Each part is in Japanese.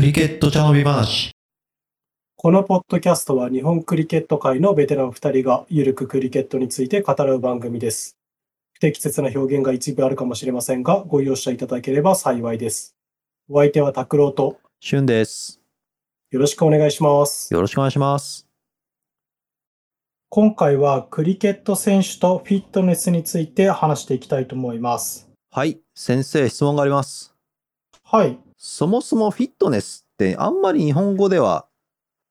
リケット茶飲み話。このポッドキャストは日本クリケット界のベテラン2人がゆるくクリケットについて語らう番組です。不適切な表現が一部あるかもしれませんが、ご容赦いただければ幸いです。お相手は拓郎としゅんです。よろしくお願いします。よろしくお願いします。今回はクリケット選手とフィットネスについて話していきたいと思います。はい、先生、質問があります。はい。そもそもフィットネスってあんまり日本語では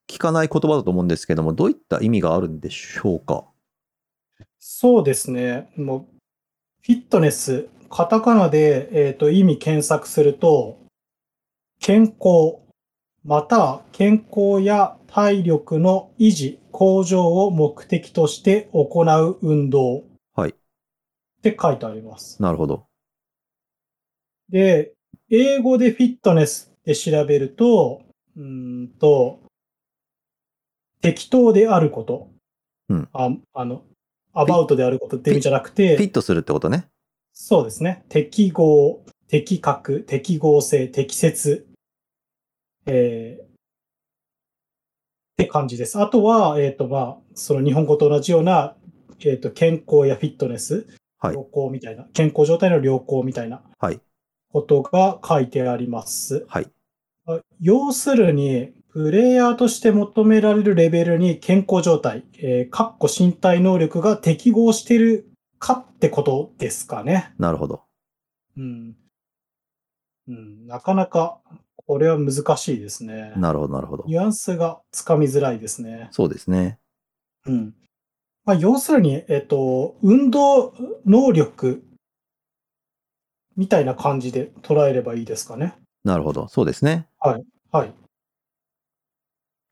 聞かない言葉だと思うんですけども、どういった意味があるんでしょうかそうですね。もう、フィットネス、カタカナで、えーと意味検索すると、健康、または健康や体力の維持、向上を目的として行う運動。はいって書いてあります。なるほど。で、英語でフィットネスって調べると、うーんと、適当であること。うんああの、アバウトであることって意味じゃなくて、フィットするってことね。そうですね。適合、適格、適合性、適切。えーって感じです。あとは、えっ、と、まあ、その日本語と同じような、えっ、と、健康やフィットネス、はい良好みたいな、健康状態の良好みたいなはい。ことが書いてあります。はい。あ要するに、プレイヤーとして求められるレベルに健康状態、えー、かっこ身体能力が適合してるかってことですかね。なるほど。うん。うん、なかなか、これは難しいですね。なるほど、なるほど。ニュアンスがつかみづらいですね。そうですね。うん。まあ、要するに、えっと、運動能力みたいな感じで捉えればいいですかね。なるほど。そうですね。はい。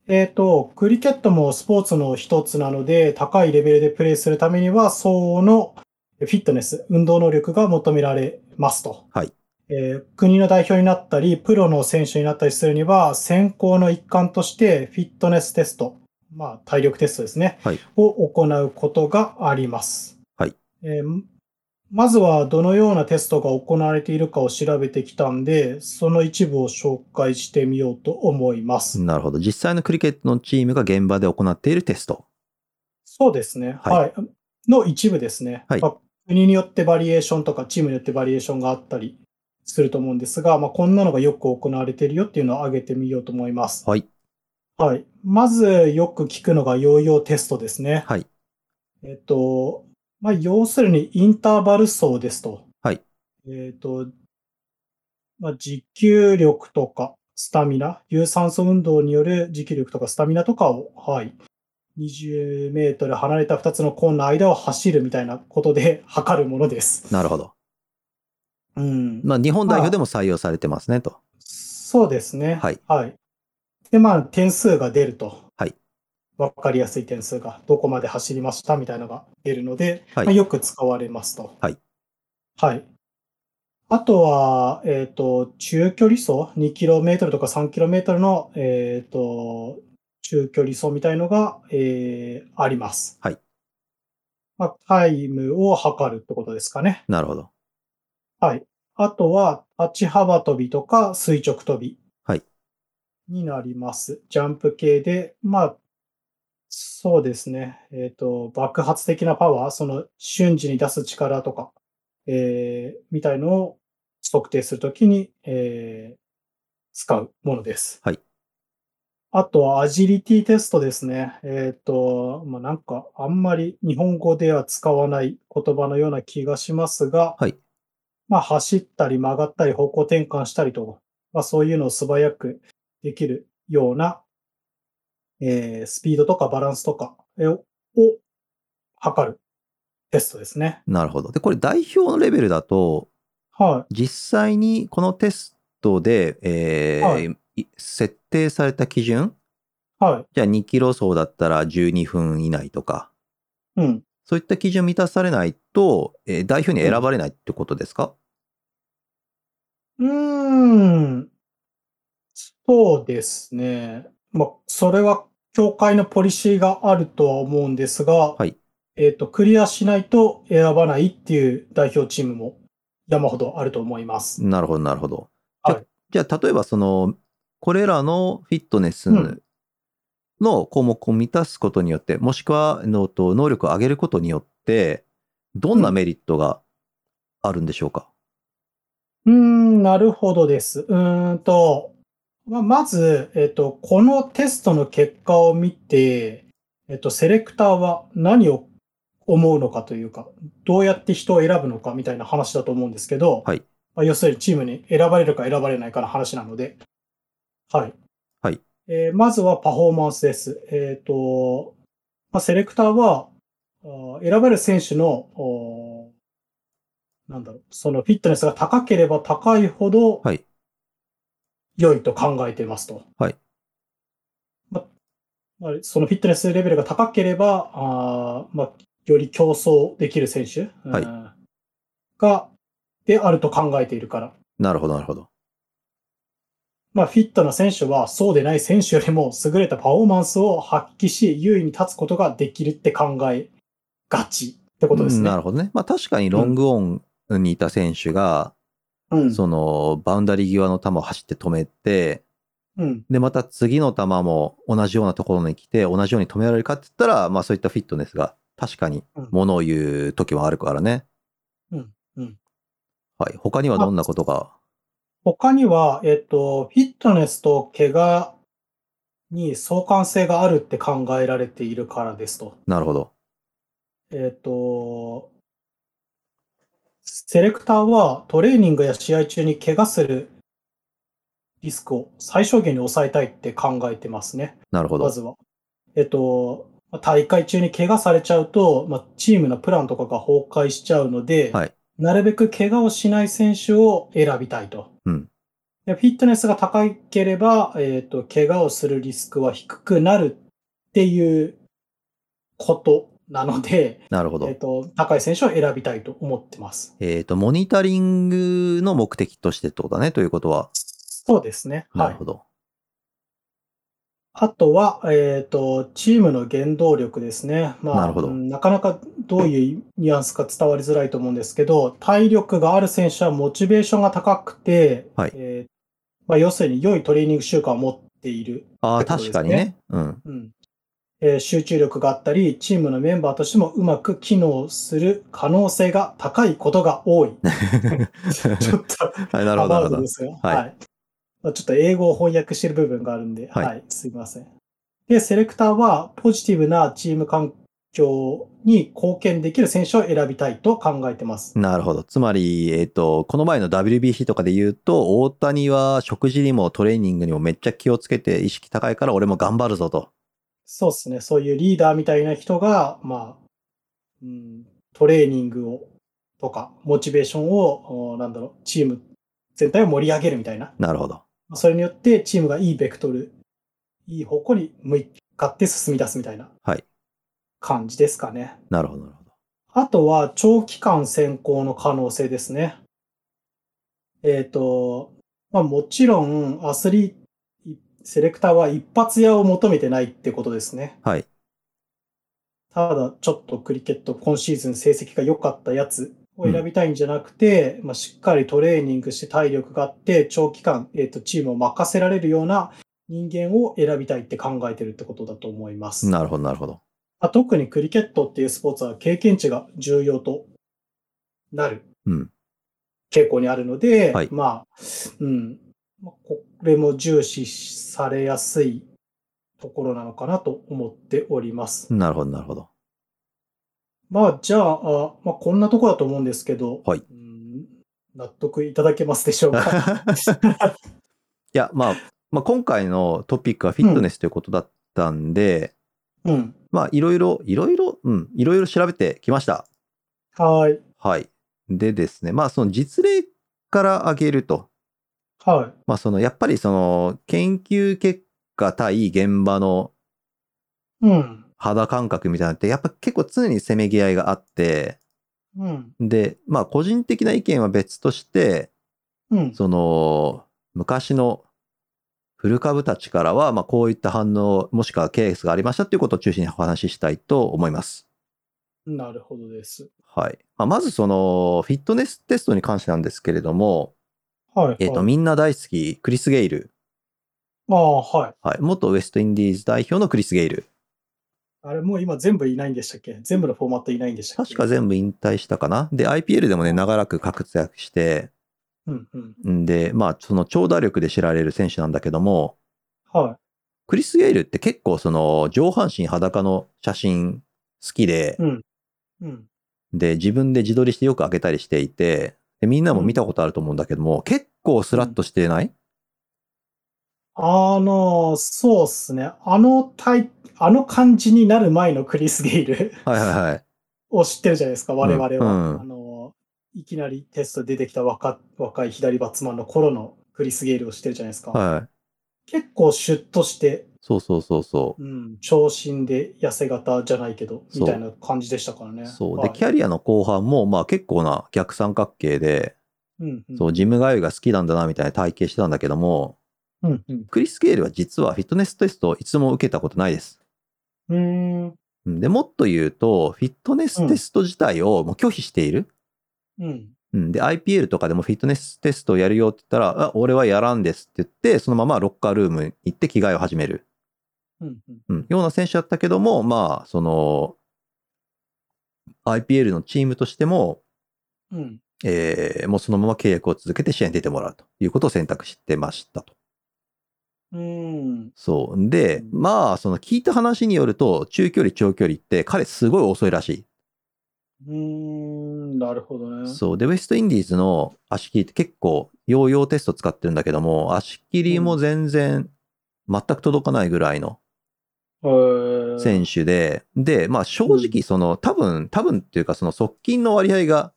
えっと、クリケットもスポーツの一つなので、高いレベルでプレーするためには、相応のフィットネス、運動能力が求められますと。はいえー国の代表になったり、プロの選手になったりするには、選考の一環として、フィットネステスト、まあ、体力テストですね、はいを行うことがあります。はいえーまずはどのようなテストが行われているかを調べてきたんで、その一部を紹介してみようと思います。なるほど。実際のクリケットのチームが現場で行っているテスト。そうですね。ははいい。の一部ですね。はいまあ国によってバリエーションとか、チームによってバリエーションがあったりすると思うんですが、まあ、こんなのがよく行われているよっていうのを挙げてみようと思います。はい。はい。まず、よく聞くのがヨーヨーテストですね。はい。えっと、まあ、要するにインターバル走ですと。はい。えっと、まあ、持久力とか、スタミナ、有酸素運動による持久力とかスタミナとかを、はい。20メートル離れた2つのコーンの間を走るみたいなことで測るものです。なるほど。うん。まあ、日本代表でも採用されてますね、と。そうですね。はい。はい。で、まあ、点数が出ると。はい。わかりやすい点数が、どこまで走りましたみたいなのが出るので、はいまあ、よく使われますと。はい。はい。あとは、えっ、と、中距離走、2km とか 3km の、えっ、と、中距離走みたいのが、えー、あります。はい。まあ、タイムを測るってことですかね。なるほど。はい。あとは、立ち幅跳びとか垂直跳び。はいになります。ジャンプ系で、まあ、そうですね。えっ、と、爆発的なパワー、その瞬時に出す力とか、えー、みたいのを測定するときに、えー、使うものです。はい。あとは、アジリティテストですね。えっ、と、まあ、なんか、あんまり日本語では使わない言葉のような気がしますが、まあ、走ったり曲がったり方向転換したりと、まあ、そういうのを素早くできるような、えースピードとかバランスとかえーをを測るテストですね。なるほど。で、これ代表のレベルだと、はい。実際にこのテストで、えーはいい設定された基準、はじゃあ2キロ走だったら12分以内とか、い。うん。そういった基準満たされないと、えー代表に選ばれないってことですか、うーん。そうですね。まあ、それは、協会のポリシーがあるとは思うんですが、はいえっ、と、クリアしないと選ばないっていう代表チームも山ほどあると思います。なるほど、なるほど。じゃ,、はいじゃあ、例えばその、これらのフィットネスうんの項目を満たすことによって、もしくはのと能力を上げることによって、どんなメリットがあるんでしょうか、うーん、なるほどです。うーんと、まあまず、えっと、このテストの結果を見て、えっと、セレクターは何を思うのかというか、どうやって人を選ぶのかみたいな話だと思うんですけど、はいまあ要するにチームに選ばれるか選ばれないかの話なので、はい。はいえーまずはパフォーマンスです。えっと、まあ、セレクターは、あー選ばれる選手の、おーなんだろう、そのフィットネスが高ければ高いほどはい、良いと考えていますと。はいま。まあ、そのフィットネスレベルが高ければ、あーまあ、より競争できる選手、うんはいが、であると考えているから。なるほど、なるほど。まあ、フィットな選手はそうでない選手よりも優れたパフォーマンスを発揮し、優位に立つことができるって考えがちってことですうんね。なるほどね。まあ確かにロングオンにいた選手が、うん。そのバウンダリー際の球を走って止めて、うん。で、また次の球も同じようなところに来て、同じように止められるかって言ったら、まあそういったフィットネスが確かにうんものを言う時もあるからね。うんうんはい。他にはどんなことが、他には、えっと、フィットネスと怪我に相関性があるって考えられているからですと。なるほど。えっと、セレクターはトレーニングや試合中に怪我するリスクを最小限に抑えたいって考えてますね。なるほまど。ずは。えっと、まあ大会中に怪我されちゃうと、まあ、チームのプランとかが崩壊しちゃうので、はいなるべく怪我をしない選手を選びたいと。うんでフィットネスが高ければ、えっと、怪我をするリスクは低くなるっていうことなので、なるほどえっ。と、高い選手を選びたいと思ってます。えっ、と、モニタリングの目的としてってことだね、ということは。そうですね。なはるいほ。ど。あとは、えっ、と、チームの原動力ですね。まあ、なるほどうんなかなかどういうニュアンスか伝わりづらいと思うんですけど、体力がある選手はモチベーションが高くて、はいえーまあ、要するに良いトレーニング習慣を持っている。ああ、ってことです確ねかにね。うん。うんえー集中力があったり、チームのメンバーとしてもうまく機能する可能性が高いことが 多い。ちょっと、 はい、なるほど、なアバるウほトどで。すよ。はいはい。まあちょっと英語を翻訳してる部分があるんで、ははいい、すいません。で、セレクターはポジティブなチーム環境に貢献できる選手を選びたいと考えてます。なるほど。つまり、えっ、と、この前の WBC とかで言うと、大谷は食事にもトレーニングにもめっちゃ気をつけて意識高いから俺も頑張るぞと。そうですね。そういうリーダーみたいな人が、まあ、うん、トレーニングを、とか、モチベーションを、おなんだろう、チーム全体を盛り上げるみたいな。なるほど。それによってチームがいいベクトル、いい方向に向かって進み出すみたいなはい感じですかね。なるほど、なるほど。あとは長期間選考の可能性ですね。えっ、と、まあもちろんアスリート、セレクターは一発屋を求めてないってことですね。はい。ただちょっとクリケット今シーズン成績が良かったやつを選びたいんじゃなくて、まあしっかりトレーニングして体力があって長期間、えっ、とチームを任せられるような人間を選びたいって考えてるってことだと思います。なるほど、なるほど。まあ、特にクリケットっていうスポーツは経験値が重要となるうん。傾向にあるので、はいまあ、うん、まあこれも重視されやすいところなのかなと思っております。なるほど、なるほど。 まあ、じゃあ、あまあ、こんなところだと思うんですけど、はいうん納得いただけますでしょうか いや、まあ、まあ、今回のトピックはフィットネスということだったんで、うん。まあ、いろいろ、いろいろ、うん、いろいろ調べてきました。はい。はい。でですね、まあ、その実例から挙げると、はまあ、その、やっぱりその、研究結果対現場のい。うん。肌感覚みたいなのって、やっぱ結構常にせめぎ合いがあって、うん。で、まあ、個人的な意見は別として、うん。その、昔の古株たちからは、まあ、こういった反応、もしくはケースがありましたということを中心にお話ししたいと思います。なるほどです。はい。まあ、まず、その、フィットネステストに関してなんですけれども、はい。えっ、と、はいみんな大好き、クリス・ゲイル。ああ、はい。はい。元ウェストインディーズ代表のクリス・ゲイル。あれ、もう今全部いないんでしたっけ全部のフォーマットいないんでしたっけ確か全部引退したかな。で、IPL でもね、長らく活躍して、うんうん。んで、まあ、その長打力で知られる選手なんだけども、はクリス・ゲイルって結構その上半身裸の写真好きでい。、うん。うん。で、自分で自撮りしてよく上げたりしていて、でみんなも見たことあると思うんだけども、結構スラッとしてない、あの、そうっすね。あのタイ、あの感じになる前のクリス・ゲイル はいはいはい。を知ってるじゃないですか、我々は。うんあの、いきなりテストで出てきた若若い左バッツマンの頃のクリス・ゲイルを知ってるじゃないですか。はい。結構シュッとして、そうそうそうそう。うん、長身で痩せ型じゃないけど、そうみたいな感じでしたからね。そう。はいで、キャリアの後半も、まあ結構な逆三角形で、うんうん、そう、ジム・ガイルが好きなんだなみたいな体型してたんだけども、うんうん。クリス・ゲイルは実はフィットネステストをいつも受けたことないです。うーん。うんで、もっと言うと、フィットネステスト自体をもう拒否している。うん。うん、で、IPL とかでもフィットネステストをやるよって言ったら、あ、俺はやらんですって言って、そのままロッカールームに行って着替えを始める。うんうん。うん、ような選手だったけども、まあ、その、IPL のチームとしても、うん。えーもうそのまま契約を続けて試合に出てもらうということを選択してましたと。うん。そう。で、まあ、その聞いた話によると、中距離、長距離って彼すごい遅いらしうん。なるほどい。ね。そう。で、ウェストインディーズの足切りって結構、ヨーヨーテスト使ってるんだけども、足切りも全然、全く届かないぐらいのへー選手で、で、まあ正直その、多分、多分っていうかその側近の割合が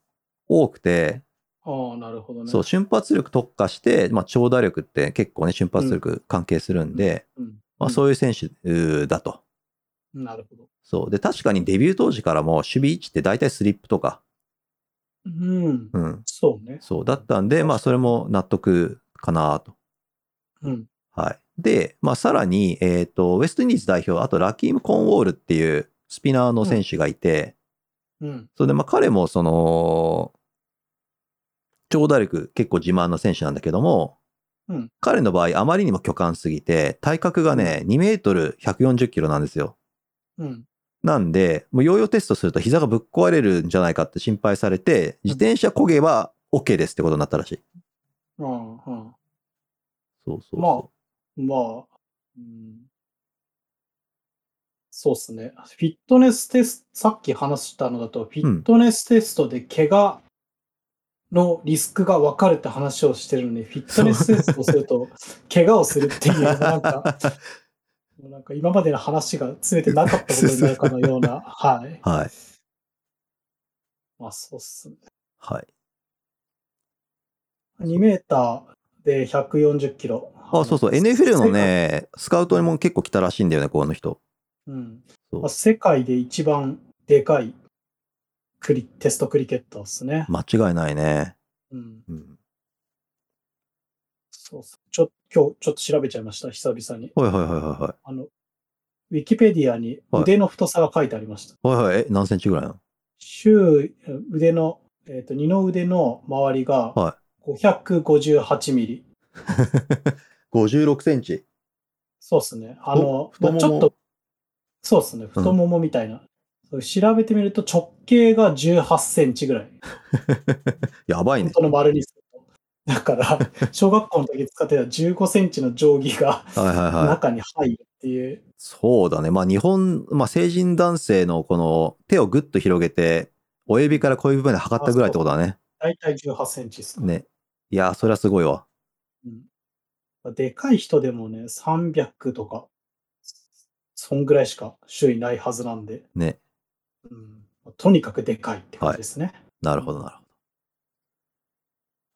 多くて、ああ、なるほどね。そう、瞬発力特化して、まあ長打力って結構ね、瞬発力関係するんで、うん。まあそういう選手うーだと。うん。なるほど。そう。で、確かにデビュー当時からも守備位置って大体スリップとか、うん。うん。そうね。そうだったんで、まあそれも納得かなと。うん。はい。で、まあさらに、えっ、と、ウェストインディーズ代表、あとラキーム・コーンウォールっていうスピナーの選手がいて、うん。それで、まあ彼もその、長打力結構自慢な選手なんだけども、うん彼の場合あまりにも巨漢すぎて、体格がね、2メートル140キロなんですよ。うん。なんで、もうヨーヨーテストすると膝がぶっ壊れるんじゃないかって心配されて、自転車焦げば OK ですってことになったらしい。うん。うん。そうそうそう。まあまあ、うん、そうですね。フィットネステスト、さっき話したのだと、フィットネステストで怪我のリスクが分かるって話をしてるのに、フィットネステストをすると、怪我をするっ ていう、なんか、なんか今までの話が全てなかったことになるかのよ うな、はい。はい。まあそうっすね。はい。 2メーターで140キロ。あ、そうそう。NFL の。ね、スカウトにも結構来たらしいんだよね、この人。うんそうまあ、世界で一番でかいクリテストクリケッターですね。間違いないね。うん、うん。そうそうちょ今日ちょっと調べちゃいました、久々に。はいはいはいはいはい。あのウィキペディアにはい腕の太さが書いてありました。はいはい。え、何センチぐらいな の周腕の、えーと、二の腕の周りはが558ミリ。 56センチ。そうですね。あの、太ももまあちょっと、そうですね、太ももみたいな。そう調べてみると直径が18センチぐらい。やばい本ね。当の丸にすると。だから、小学校の時使ってた15センチの定規がはいはいはい。中に入るっていう。そうだね。まあ日本、まあ成人男性のこの手をぐっと広げて、親指から小指まで測ったぐらいってことだね。大体18センチですね。ね。いやー、それはすごいわ。うんでかい人でもね、300とか、そんぐらいしか周囲ないはずなんで、ね。うんとにかくでかいって感じですね。なるほどなる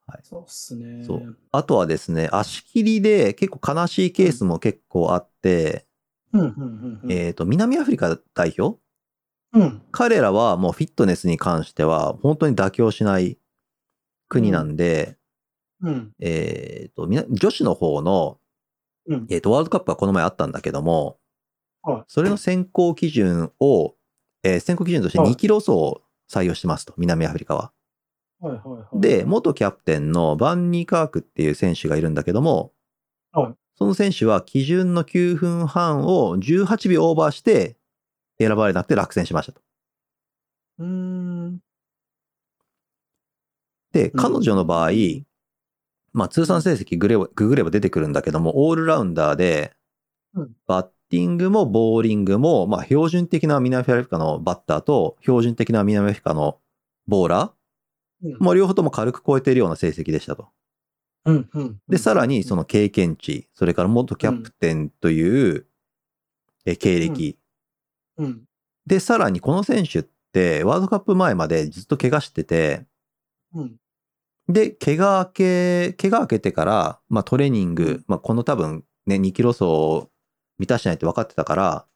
ほど。そうですね。そうあとはですね、足切りで結構悲しいケースも結構あって、うんうんうんうん。えっ、と、南アフリカ代表うん彼らはもうフィットネスに関しては本当に妥協しない国なんで、うんえっ、と、みな女子の方のうんえっ、と、ワールドカップはこの前あったんだけども、はいそれの選考基準を、えー選考基準としてはい2キロ走を採用してますと、南アフリカは。はいはいはい。で、元キャプテンのバンニーカークっていう選手がいるんだけども、はいその選手は基準の9分半を18秒オーバーして選ばれなくて落選しましたと。うーん。で、うん彼女の場合、まあ、通算成績グレばググれば出てくるんだけども、オールラウンダーでうん、バッティングもボーリングも、まあ、標準的な南アフリカのバッターと、標準的な南アフリカのボーラうんー、もう両方とも軽く超えているような成績でしたと。うん。うん。で、さらにその経験値、それから元キャプテンという、え経歴。うん。で、さらにこの選手って、ワールドカップ前までずっと怪我してて、うん。で、怪我明け、怪我明けてから、まあトレーニング、まあこの多分ね、2キロ走を満たしてないって分かってたから、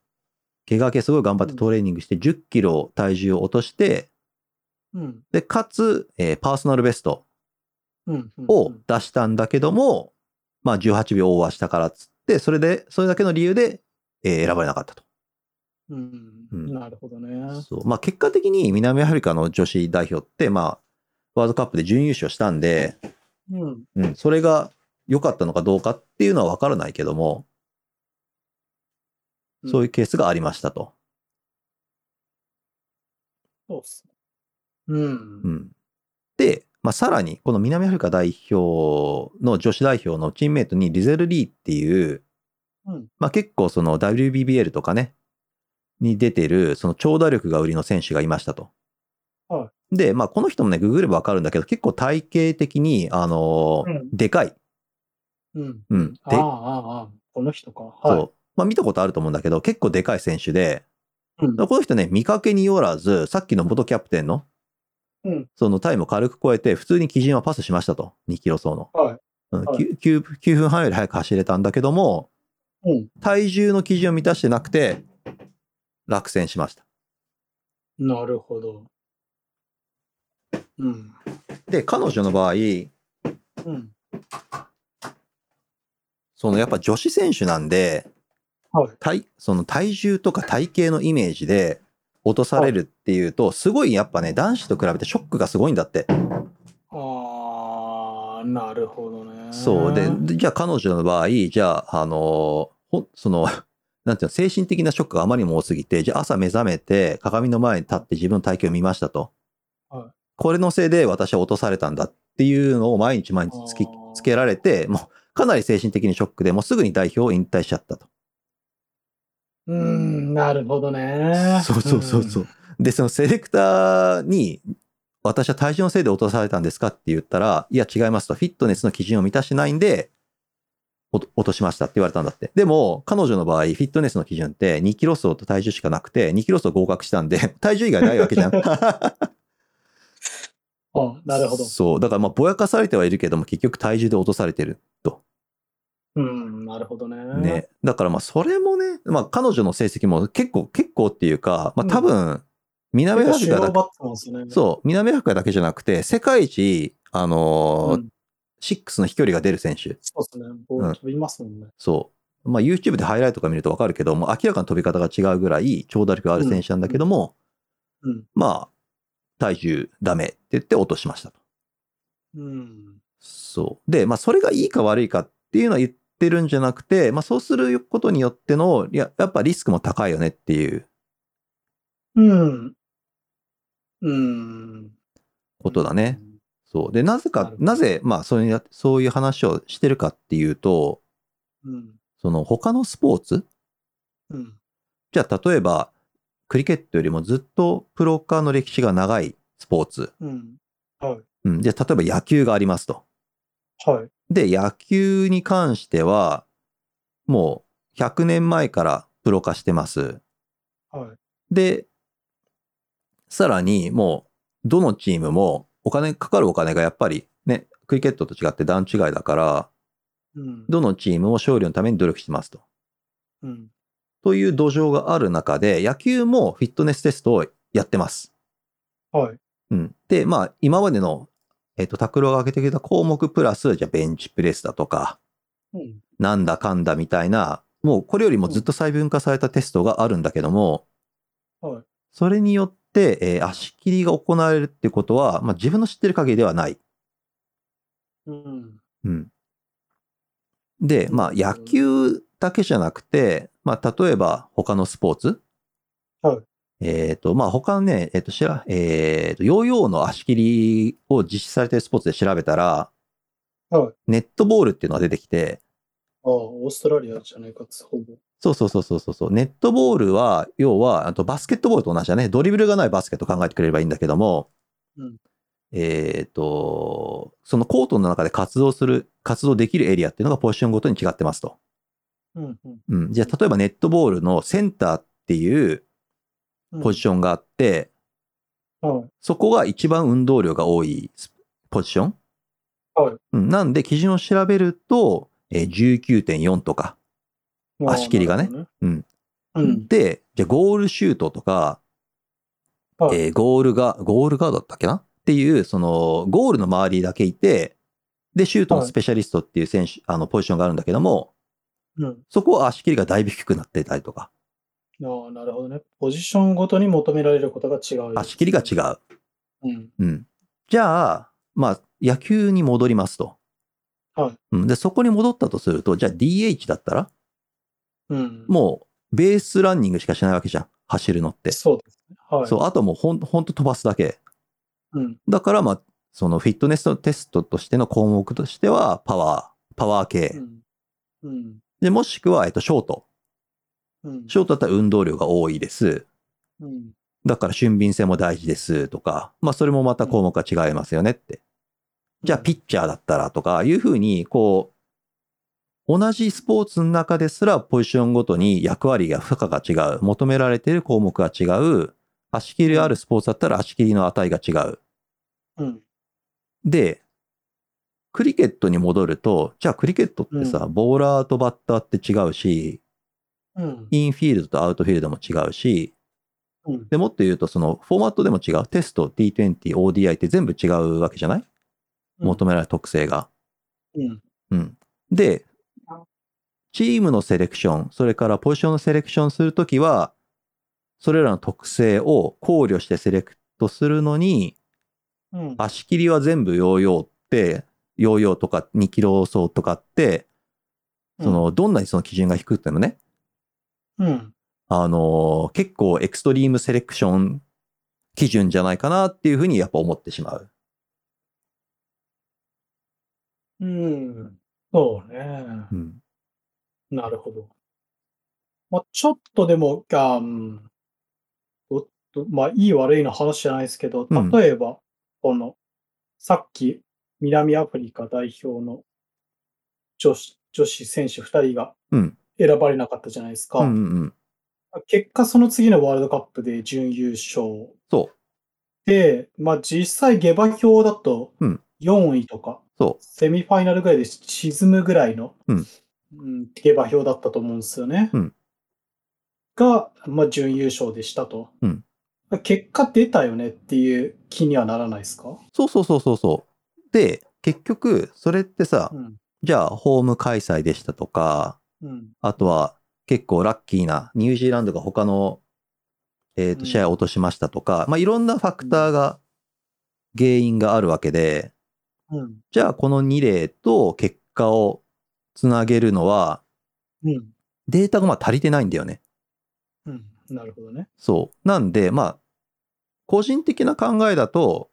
怪我明けすごい頑張ってトレーニングして10キロ体重を落として、うん。で、かつ、えーパーソナルベストうん。うんを出したんだけども、まあ18秒オーバーしたからっつって、それで、それだけの理由で、えー選ばれなかったと。うん。うんなるほどね。そう。まあ結果的に南アフリカの女子代表って、まあ、ワールドカップで準優勝したんで、うん。うん、それが良かったのかどうかっていうのは分からないけども、そういうケースがありましたと。そうっすね。うんう。ん、で、まあ、さらに、この南アフリカ代表の女子代表のチームメイトにリゼル・リーっていう、うんまあ、結構その WBBL とかね、に出てる、その長打力が売りの選手がいましたと。はで、まあ、この人もね、ググればわかるんだけど、結構体型的に、あのーうんでかい。うん。うん。でああ、ああ、この人か。そはう。まあ、見たことあると思うんだけど、結構でかい選手で、い。うんだからこの人ね、見かけによらず、さっきの元キャプテンの、うん。そのタイムを軽く超えて、普通に基準はパスしましたと。2キロ走の。はい。うんはいきゅう 9, 分半より早く走れたんだけども、うん。体重の基準を満たしてなくて、落選しました。なるほど。うん。で、彼女の場合、うん。そのやっぱ女子選手なんで、はい。体その体重とか体型のイメージで落とされるっていうと、すごいやっぱね、男子と比べてショックがすごいんだって。ああ、なるほどね。そうで、でじゃあ彼女の場合、じゃあ、あの、ほその、 なんていうの、精神的なショックがあまりにも多すぎて、じゃあ朝目覚めて、鏡の前に立って自分の体型を見ましたと。はいこれのせいで私は落とされたんだっていうのを毎日毎日つきあーつけられて、もうかなり精神的にショックでもうすぐに代表を引退しちゃったと。うん、なるほどね。そうそうそうそう。で、そのセレクターに、私は体重のせいで落とされたんですかって言ったら、いや違いますと、フィットネスの基準を満たしてないんで、お落としましたって言われたんだって。でも、彼女の場合、フィットネスの基準って2キロ走と体重しかなくて、2キロ走合格したんで、 体重以外ないわけじゃ ん。うん。あなるほど。そう。だから、まあ、ぼやかされてはいるけども、結局体重で落とされてる。うん、なるほどね。ね。だから、まあ、それもね、まあ、彼女の成績も結構、結構っていうか、まあ、多分、南アフリカだけバットなんですよね。そう、南アフリカだけじゃなくて、世界一、あのーうん6の飛距離が出る選手。そうですね。ボール飛びますもんね。そう。まあ、YouTube でハイライトとか見るとわかるけど、もう明らかに飛び方が違うぐらい長打力がある選手なんだけども、うん。まあ、体重ダメって言って落としましたと。うん。そう。で、まあ、それがいいか悪いかっていうのは言ってるんじゃなくて、まあ、そうすることによっての、いややっぱリスクも高いよねっていううん。うん。ことだね。。そう。で、なぜなかる、ほどなぜ、まあ、それになそういう話をしてるかっていうと、うん。その他のスポーツうん。じゃあ、例えば、クリケットよりもずっとプロ化の歴史が長いスポーツ。うん。はい。うん。じゃあ、例えば野球がありますと。はい。で、野球に関しては、もう100年前からプロ化してます。はい。で、さらに、もう、どのチームも、お金、かかるお金がやっぱり、ね、クリケットと違って段違いだから、うん。どのチームも勝利のために努力してますと。うん。という土壌がある中で、野球もフィットネステストをやってます。はい。うん、で、まあ、今までの、えっと、拓郎が挙げてくれた項目プラス、じゃあベンチプレスだとか、うん。なんだかんだみたいな、もうこれよりもずっと細分化されたテストがあるんだけども、はいそれによって、えー足切りが行われるってことは、まあ、自分の知ってる限りではない。うん。うん、で、まあ野球だけじゃなくて、まあ例えば他のスポーツ。はいえっ、と、まあ他のね、えっ、と、しら、えっ、と、ヨーヨーの足切りを実施されてるスポーツで調べたら、はいネットボールっていうのが出てきて、ああ、オーストラリアじゃないかって、ほぼ。そうそうそうそうそうそう、ネットボールは、要は、あとバスケットボールと同じだね、ドリブルがないバスケット考えてくれればいいんだけども、うんえっ、と、そのコートの中で活動する、活動できるエリアっていうのがポジションごとに違ってますと。うんうんうん。じゃあ、例えばネットボールのセンターっていううん。ポジションがあって、はい。そこが一番運動量が多いスポジション。はいうんなんで、基準を調べると、えー19.4とか。ああ足切りがね。なるうほどん。うん。で、じゃあゴールシュートとか、はいえーゴールが、ゴールガードだったっけなっていう、その、ゴールの周りだけいて、で、シュートのスペシャリストっていう選手、あの、ポジションがあるんだけども、うん。そこは足切りがだいぶ低くなってたりとか、ああ、なるほどね。ポジションごとに求められることが違う。足切りが違う。うん。うん。じゃあ、まあ、野球に戻りますと。はいうん。で、そこに戻ったとすると、じゃあ DH だったらうん。もう、ベースランニングしかしないわけじゃん。走るのって。そうですね。はい。そう、あともうほん、ほんと飛ばすだけ。うん。だから、まあ、そのフィットネスのテストとしての項目としては、パワー、パワー系。うん。うん。で、もしくは、えっと、ショート。うん。ショートだったら運動量が多いです。うん。だから、俊敏性も大事ですとか、まあ、それもまた項目が違いますよねって。じゃあ、ピッチャーだったらとか、いうふうに、こう、同じスポーツの中ですら、ポジションごとに役割や負荷が違う、求められている項目が違う、足切りあるスポーツだったら足切りの値が違う。うん。で、クリケットに戻ると、じゃあクリケットってさ、ボーラーとバッターって違うし、うん。インフィールドとアウトフィールドも違うし、うん。でもっと言うと、そのフォーマットでも違う。テスト、T20、ODI って全部違うわけじゃない求められる特性が。うん。うん。で、チームのセレクション、それからポジションのセレクションするときは、それらの特性を考慮してセレクトするのに、うん。足切りは全部ヨーヨーって、ヨーヨーとか2キロ走とかって、その、どんなにその基準が低くてもね、うん。あのー結構エクストリームセレクション基準じゃないかなっていうふうにやっぱ思ってしまう。うん。そうね。うん。なるほど。まあ、ちょっとでも、あうんおっとまあ、いい悪いの話じゃないですけど、うん例えば、この、さっき、南アフリカ代表の女子女子選手2人がうん。選ばれなかったじゃないですか。うんうんうん。結果、その次のワールドカップで準優勝そう。で、まあ、実際、下馬評だとうん4位とか、そセミファイナルぐらいで沈むぐらいの、うんうん競馬表だったと思うんですよね。うんが、まあ、準優勝でしたと。うん結果出たよねっていう気にはならないですかう。そうそうそうそうそう。で、結局、それってさ、うん。じゃあ、ホーム開催でしたとか、うん。あとは結構ラッキーな、ニュージーランドが他の、えーうとん試合を落としましたとか、まあ、いろんなファクターが、原因があるわけで、うん。じゃあこの2例と結果をつなげるのは、うん。データがまあ足りてないんだよね。うん。なるほどね。そう。なんで、まあ、個人的な考えだと、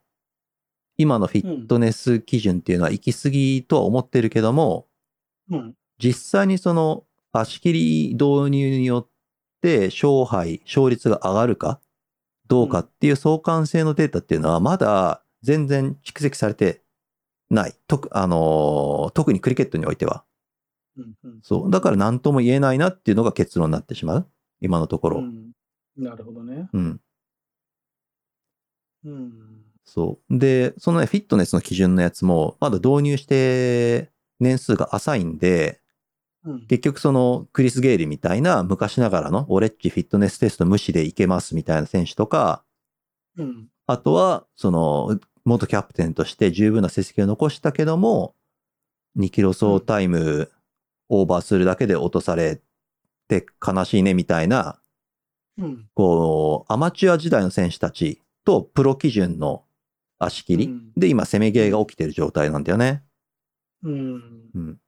今のフィットネス基準っていうのは行き過ぎとは思ってるけども、うん。実際にその足切り導入によって勝敗、勝率が上がるかどうかっていう相関性のデータっていうのはまだ全然蓄積されてない。とくあのー特にクリケットにおいては。うん。うん。そう。だから何とも言えないなっていうのが結論になってしまう。今のところ。ううん。んなるほどね。うん。そう。で、そのね、フィットネスの基準のやつも、まだ導入して年数が浅いんで、うん。結局そのクリス・ゲイリーみたいな昔ながらのオレッジフィットネステスト無視でいけますみたいな選手とか、うん。あとはその元キャプテンとして十分な成績を残したけども、2キロ走タイムオーバーするだけで落とされて悲しいねみたいな、うん。こう、アマチュア時代の選手たちとプロ基準の足切うりんで今攻めゲーが起きてる状態なんだよね。うん。うん。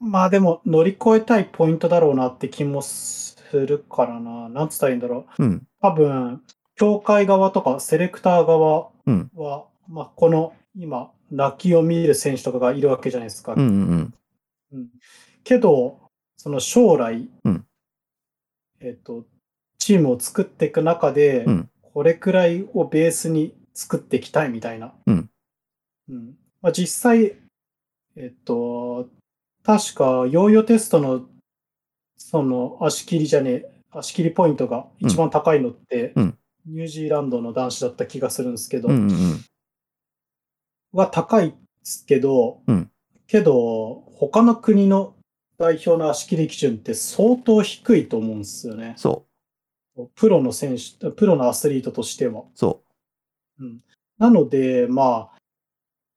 まあでも乗り越えたいポイントだろうなって気もするからな。なんつったらいいんだろう。うん。多分、協会側とかセレクター側うん。は、まあこの今、泣きを見る選手とかがいるわけじゃないですか。うんうんうん。うんけど、その将来、うんえっと、チームを作っていく中で、うんこれくらいをベースに作っていきたいみたいな。うんうんまあ、実際、えっと、確か、ヨーヨーテストの、その、足切りじゃねえ、足切りポイントが一番高いのって、うんニュージーランドの男子だった気がするんですけど、うんうんうん。は高いですけど、うんけど、他の国の代表の足切り基準って相当低いと思うんですよね。そプロの選手、プロのアスリートとしては。う。そなので、まあ、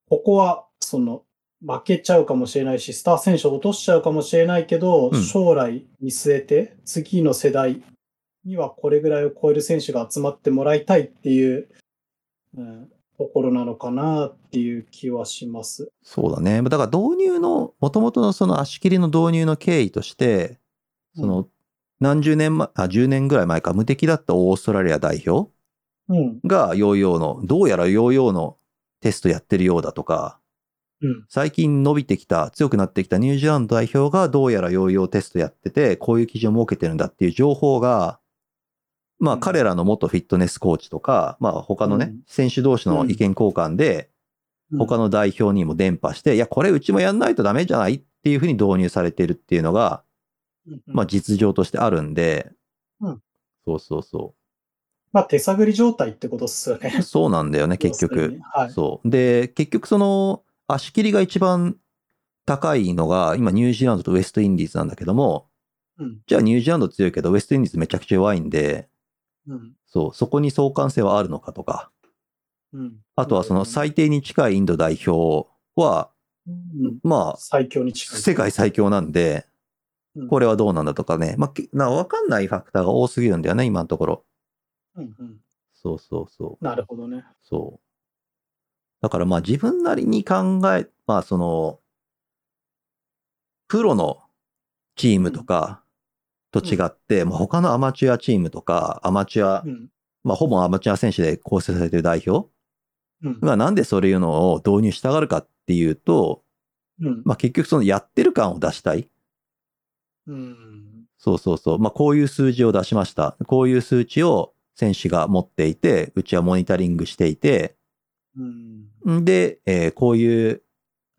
ここは、その、負けちゃうかもしれないし、スター選手を落としちゃうかもしれないけど、うん将来見据えて、次の世代にはこれぐらいを超える選手が集まってもらいたいっていう、うん、ところなのかなっていう気はします。う。そうだね。だから導入の、もともとのその足切りの導入の経緯として、その、何十年前、あ、10年ぐらい前か、無敵だったオーストラリア代表うん。がヨーヨーの、どうやらヨーヨーのテストやってるようだとか、うん。最近伸びてきた、強くなってきたニュージーランド代表がどうやらヨーヨーテストやってて、こういう基準を設けてるんだっていう情報が、まうあん彼らの元フィットネスコーチとか、まあ他のうねん、選手同士の意見交換で、他の代表にも伝播して、いや、これうちもやんないとダメじゃないっていうふうに導入されてるっていうのが、うん、ままああ、実情としてあるんでうん、そうそうそ手探り状態ってことっすよねう。。そうなんだよね、結要する局に。はい。そう。で、結局その、足切りが一番高いのが、今ニュージーランドとウェストインディーズなんだけども、うん。じゃあニュージーランド強いけど、ウェストインディーズめちゃくちゃ弱いんで、うん。そう、そこに相関性はあるのかとか、うん。あとはその最低に近いインド代表は、うん、まあ、最強に近い。世界最強なんで、これ。れはどうなんだとかね、まあき、なわかんないファクターが多すぎるんだよね、今のところ。うんうん。そうそうそう。なるほどね。そう。だからまあ自分なりに考え、まあその、プロのチームとかと違って、まあ他のアマチュアチームとか、アマチュア、うん。まあほぼアマチュア選手で構成されてる代表うん。がなんでそういうのを導入したがるかっていうと、うん。まあ結局そのやってる感を出したい。うん。そうそうそう。まあ、こういう数字を出しました。こういう数値を選手が持っていて、うちはモニタリングしていて、うん。んで、えーこういう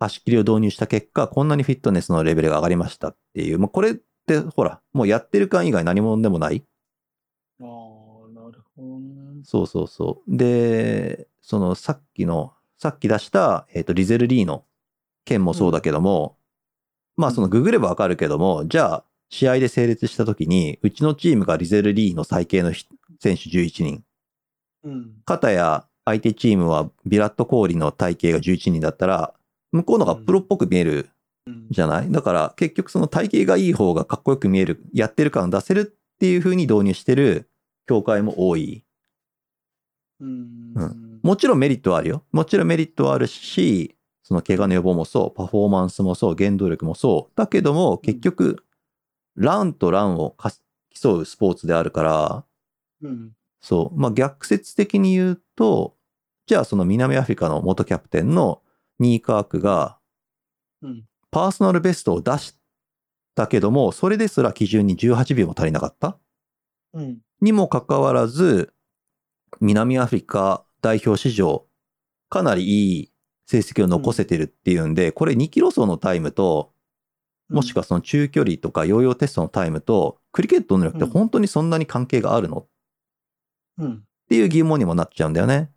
足切りを導入した結果、こんなにフィットネスのレベルが上がりましたっていう、まあ、これって、ほら、もうやってる感以外何者でもない。ああ、なるほどね。そうそうそう。で、そのさっきの、さっき出した、えっ、と、リゼルリーの件もそうだけども、まあそのググればわかるけども、じゃあ、試合で成立した時に、うちのチームがリゼルリーの最軽のひ選手11人、うん。片や相手チームはビラット氷の体型が11人だったら、向こうのがプロっぽく見えるうんじゃないだから結局その体型がいい方がかっこよく見える、やってる感を出せるっていう風に導入してる協会も多い。うん。うもちろんメリットはあるよ。もちろんメリットはあるし、その怪我の予防もそう、パフォーマンスもそう、原動力もそう。だけども、結局、ランとランをかす競うスポーツであるから、うん。そう。まあ、逆説的に言うと、じゃあその南アフリカの元キャプテンのニーカークが、うん。パーソナルベストを出したけども、それですら基準に18秒も足りなかったうん。にもかかわらず、南アフリカ代表史上、かなりいい成績を残せてるっていうんで、これ2キロ走のタイムと、もしくはその中距離とかヨーヨーテストのタイムと、クリケットの能力って本当にそんなに関係があるのっうん。ていう疑問にもなっちゃうんだよね。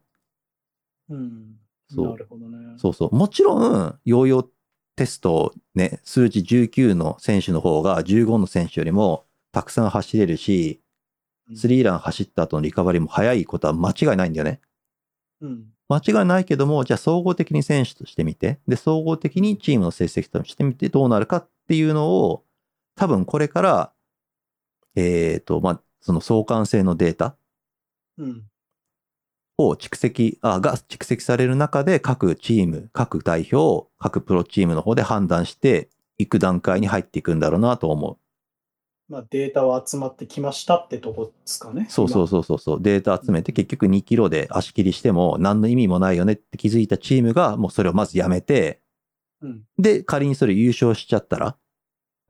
うん。そうなるほどね。そうそう。もちろん、ヨーヨーテストね、数値19の選手の方が15の選手よりもたくさん走れるし、うんスリーラン走った後のリカバリーも早いことは間違いないんだよね。うん。間違いないけども、じゃあ総合的に選手としてみて、で、総合的にチームの成績としてみてどうなるかっていうのを、多分これから、えっ、と、まあ、その相関性のデータうん。を蓄積、あ、が蓄積される中で、各チーム、各代表、各プロチームの方で判断していいく段階に入っていくんだろうなと思う。まあ、データは集まってきましたってとこですかね。そうそうう。そうそうそう。データ集めて結局2キロで足切りしても何の意味もないよねって気づいたチームがもうそれをまずやめて、うん。で、仮にそれ優勝しちゃったら、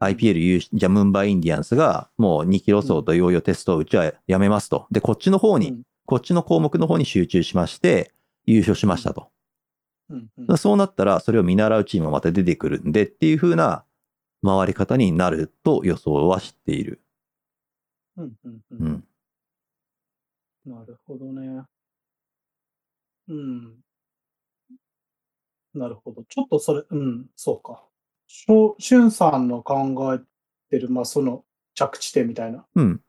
IPL 優勝、じゃあムンバイインディアンスがもう2キロ走とヨーヨーテストをうちはやめますと。で、こっちの方に、うんこっちの項目の方に集中しまして、優勝しましたと。うんうんだからそうなったら、それを見習うチームがまた出てくるんでっていう風な回り方になると予想はしている。うんうんうんうん。なるほどね。うん。なるほど。ちょっとそれ、うん、そうか。しょしゅんさんの考えてる、まあ、その着地点みたいなうん。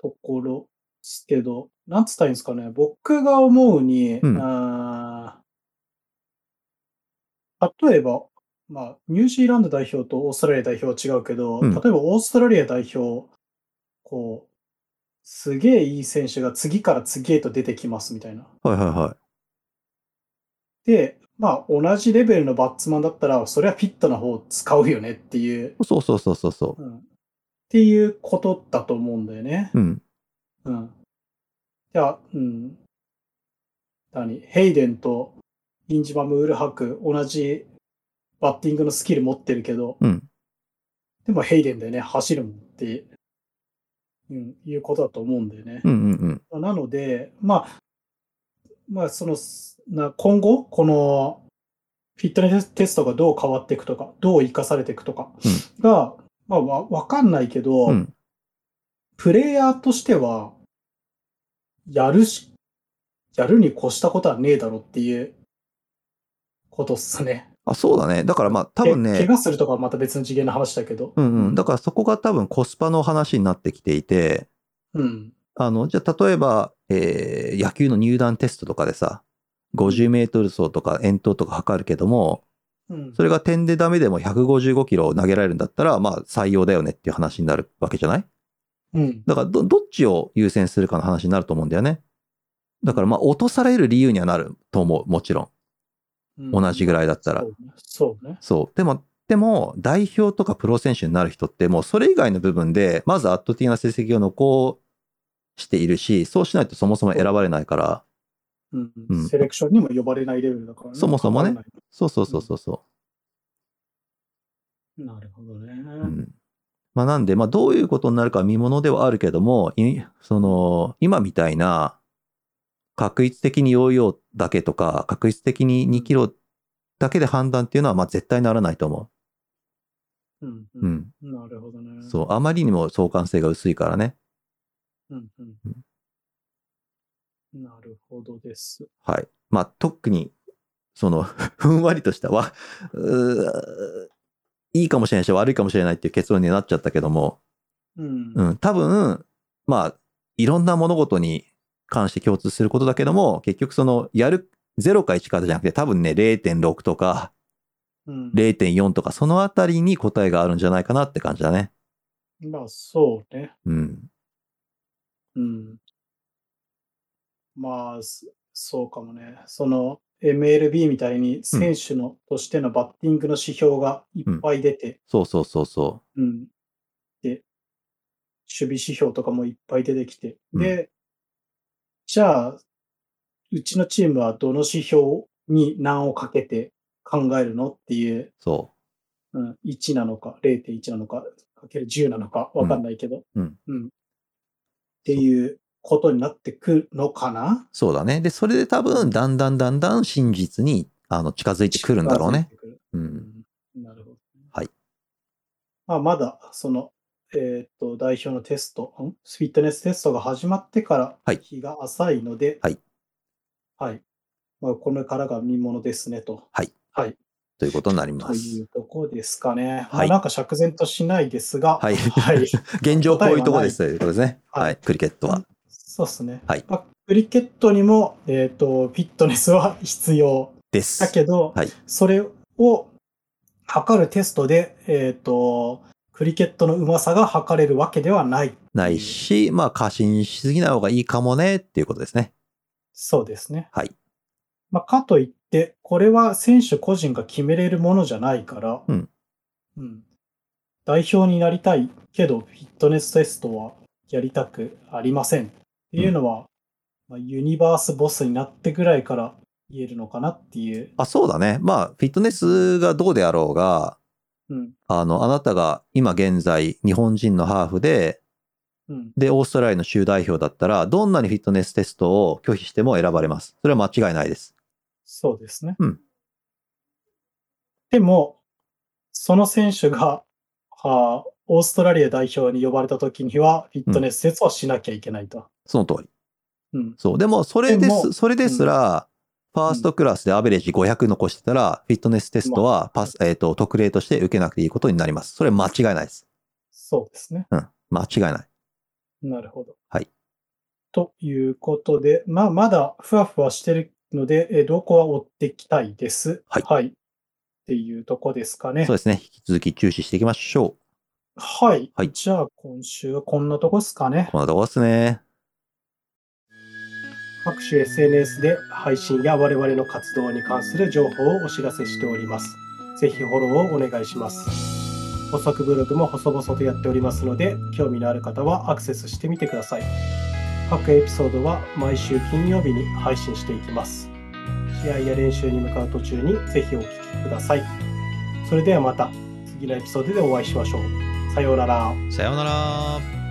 ところですけど、なんつったらいいんですかね。僕が思うに、うんあー例えば、まあ、ニュージーランド代表とオーストラリア代表は違うけど、うん例えばオーストラリア代表、こう、すげえいい選手が次から次へと出てきますみたいな。はいはいはい。で、まあ、同じレベルのバッツマンだったら、それはフィットな方を使うよねっていう、そうそうそうそうそうん、っていうことだと思うんだよね。う。うん。うん。じゃあ、うん。何ヘイデンとインジマム・ウルハク、同じバッティングのスキル持ってるけど、うん。でもヘイデンでね、走るもんって、うん、いうことだと思うんだよね。うんうんうん。なので、まあ、まあ、その、な今後、この、フィットネステストがどう変わっていくとか、どう生かされていくとかが、まあ、わわかんないけど、うんプレイヤーとしては、やるし、やるに越したことはねえだろっていうことっすね。あ、そうだね。だからまあ多分けね怪、我するとかはまた別の次元の話だけど。うんうん。だからそこが多分コスパの話になってきていて、うん。あの、じゃあ例えば、えー野球の入団テストとかでさ、50メートル走とか遠投とか測るけども、うん。それが点でダメでも155キロを投げられるんだったら、まあ採用だよねっていう話になるわけじゃないうん。だからど、どっちを優先するかの話になると思うんだよね。だからまあ落とされる理由にはなると思う。もちろん。うん同じぐらいだったらそう。ね。そうね。そう。でも、でも、代表とかプロ選手になる人って、もうそれ以外の部分で、まず圧倒的な成績を残しているし、そうしないとそもそも選ばれないから、うんうんセレクションにも呼ばれないレベルだからねそもそもね。わかんないそうそうそうそうそなるほどね。う。うん。まあ、なんで、まあ、どういうことになるかは見ものではあるけども、いその、今みたいな、確率的にヨーヨーだけとか、確率的に2キロだけで判断っていうのは、まあ、絶対ならないと思うんう。うん。うんなるほどね。そう。あまりにも相関性が薄いからね。うんうんうなるほどです。はい。まあ、特に、その、 ふんわりとした、わ、うーいいかもしれないし、悪いかもしれないっていう結論になっちゃったけども、うん。うん、多分、まあ、いろんな物事に関して共通することだけども、結局その、やる、0か1かじゃなくて、多分ね、0.6とか、うん0.4とか、そのあたりに答えがあるんじゃないかなって感じだね。まあ、そうね。うん。うん。まあ、そそうかもね。その、MLB みたいに選手の、としてのバッティングの指標がいっぱい出て、そうそうそうそうん。で、守備指標とかもいっぱい出てきて。で、じゃあ、うちのチームはどの指標に何をかけて考えるのっていう、う。そうん、1なのか、0.1なのか、かける10なのか、わかんないけど、うんっていうことになってくのかなう。そうだね。で、それで多分、だんだんだんだん真実に、あの、近づいてくるんだろうね。。う。うんんなるほど。はい。まあ、まだ、その、えーっと、代表のテスト、んフィットネステストが始まってかはらい日が浅いので、はい。はい。まあ、これからが見ものですね、と。はい。はい。ということになりまといす。うとこですかね。まあはいなんか釈然としないですが、はい はい。現状こういうとこですということですね。はいはい、クリケットは。そうですね。はいまあ、クリケットにも、えーっと、フィットネスは必要です。だけど、はいそれを測るテストで、えっ、と、クリケットのうまさが測れるわけではない。ないし、まあ、過信しすぎない方がいいかもねっていうことですね。そうですね。はい。まあ、かといって、これは選手個人が決めれるものじゃないから、うんうん。代表になりたいけど、フィットネステストはやりたくありません。っていうのは、まあ、ユニバースボスになってぐらいから言えるのかなっていう。あ、そうだね。まあ、フィットネスがどうであろうが、うん。あの、あなたが今現在、日本人のハーフで、うん。で、オーストラリアの州代表だったら、どんなにフィットネステストを拒否しても選ばれます。それは間違いないです。そうですね。うんでも、その選手が、はあオーストラリア代表に呼ばれた時には、フィットネス説をしなきゃいけないと。その通り。うん。そう。でも、それででもす、それですら、ファーストクラスでアベレージ500残してたら、フィットネステストはパス、えっ、と、特例として受けなくていいことになります。それは間違いないです。そうですね。うん。間違いない。なるほど。はい。ということで、まあ、まだふわふわしてるので、えー動向は追っていきたいです。はいっていうとこですかねそう。ですね。引き続き注視していきましょはい。はいじゃあ、今週はこんなとこですかねう。。こんなとこですね。各種 SNS で配信や我々の活動に関する情報をお知らせしております。ぜひフォローをお願いします。補足ブログも細々とやっておりますので、興味のある方はアクセスしてみてください。各エピソードは毎週金曜日に配信していきます。試合や練習に向かう途中にぜひお聞きください。それではまた次のエピソードでお会いしましょう。さようなら。さようなら。